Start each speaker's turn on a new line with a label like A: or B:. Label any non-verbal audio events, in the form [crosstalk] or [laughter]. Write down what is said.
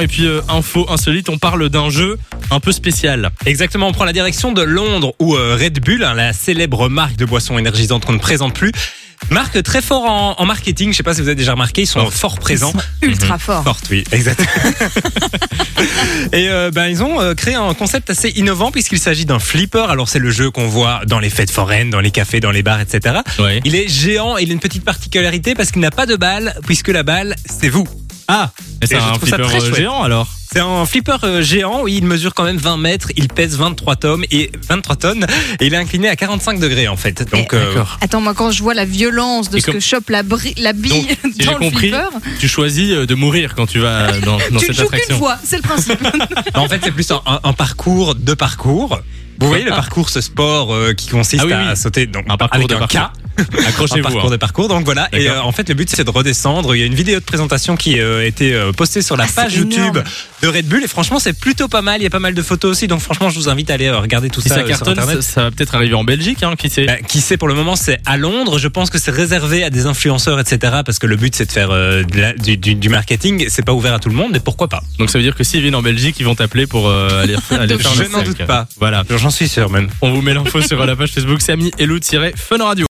A: Et puis euh, info insolite, on parle d'un jeu un peu spécial.
B: Exactement, on prend la direction de Londres où euh, Red Bull, hein, la célèbre marque de boissons énergisantes qu'on ne présente plus, marque très fort en, en marketing. Je sais pas si vous avez déjà remarqué, ils sont
A: Fort.
B: fort présents.
A: Mhm.
C: ultra fort.
B: Fort, oui, [laughs] exactement. Et euh, ben, ils ont euh, créé un concept assez innovant puisqu'il s'agit d'un flipper. Alors c'est le jeu qu'on voit dans les fêtes foraines, dans les cafés, dans les bars, etc.
A: Ouais.
B: Il est géant et il a une petite particularité parce qu'il n'a pas de balle puisque la balle, c'est vous. Ah,
A: C'est
B: Et je
A: un
B: trouve ça
A: flipper
B: très
A: euh,
B: chouette.
A: géant alors.
B: C'est un flipper euh, géant, oui, il mesure quand même 20 mètres, il pèse 23 tomes et 23 tonnes et il est incliné à 45 degrés en fait. Donc
A: Eh,
C: Et-
B: euh, [laughs]
C: Attends, moi quand je vois la violence de
A: Et
C: ce
A: comme-
C: que chope la, bri- la bille
A: Donc,
C: [laughs]
A: si j'ai
C: dans le
A: compris,
C: flipper,
A: Tu choisis euh, de mourir quand tu vas euh, dans, dans
C: tu ne
A: cette
C: joues qu'une
A: attraction.
C: fois, c'est le principe.
A: [laughs]
B: bah, en fait, c'est plus un, un- un parcours de parcours. Vous voyez le parcours, ce sport euh, qui consiste
A: Ah oui,
B: à
A: oui.
B: sauter donc,
A: Un parcours
B: avec
A: de
B: un
A: parcours.
B: K. un
A: Accrochez-vous.
B: parcours
A: hein.
B: de parcours. Donc voilà. Et
A: D'accord.
B: euh, en fait, le but c'est de redescendre. Il y a une vidéo de présentation qui euh, a été euh, postée sur la
C: Ah, c'est
B: page YouTube
C: énorme.
B: de Red Bull. Et franchement, c'est plutôt pas mal. Il y a pas mal de photos aussi. Donc franchement, je vous invite à aller euh, regarder tout
A: Si
B: ça,
A: ça
B: euh, sur
A: cartonne,
B: Internet.
A: ça, ça va peut-être arriver en Belgique, hein, qui sait.
B: Bah, qui sait pour le moment c'est à Londres. Je pense que c'est réservé à des influenceurs, etc. Parce que le but c'est de faire euh, de la- du, du- du marketing. C'est pas ouvert à tout le monde, mais pourquoi pas
A: Donc ça veut dire que s'ils viennent en Belgique, ils vont t'appeler pour euh,
B: [laughs]
A: aller, aller faire
B: Je
A: le
B: n'en
A: steak.
B: doute pas.
A: Voilà.
B: J'en suis sûr même.
A: [laughs] On vous met l'info sur la page Facebook Sami Elou-Fun Radio.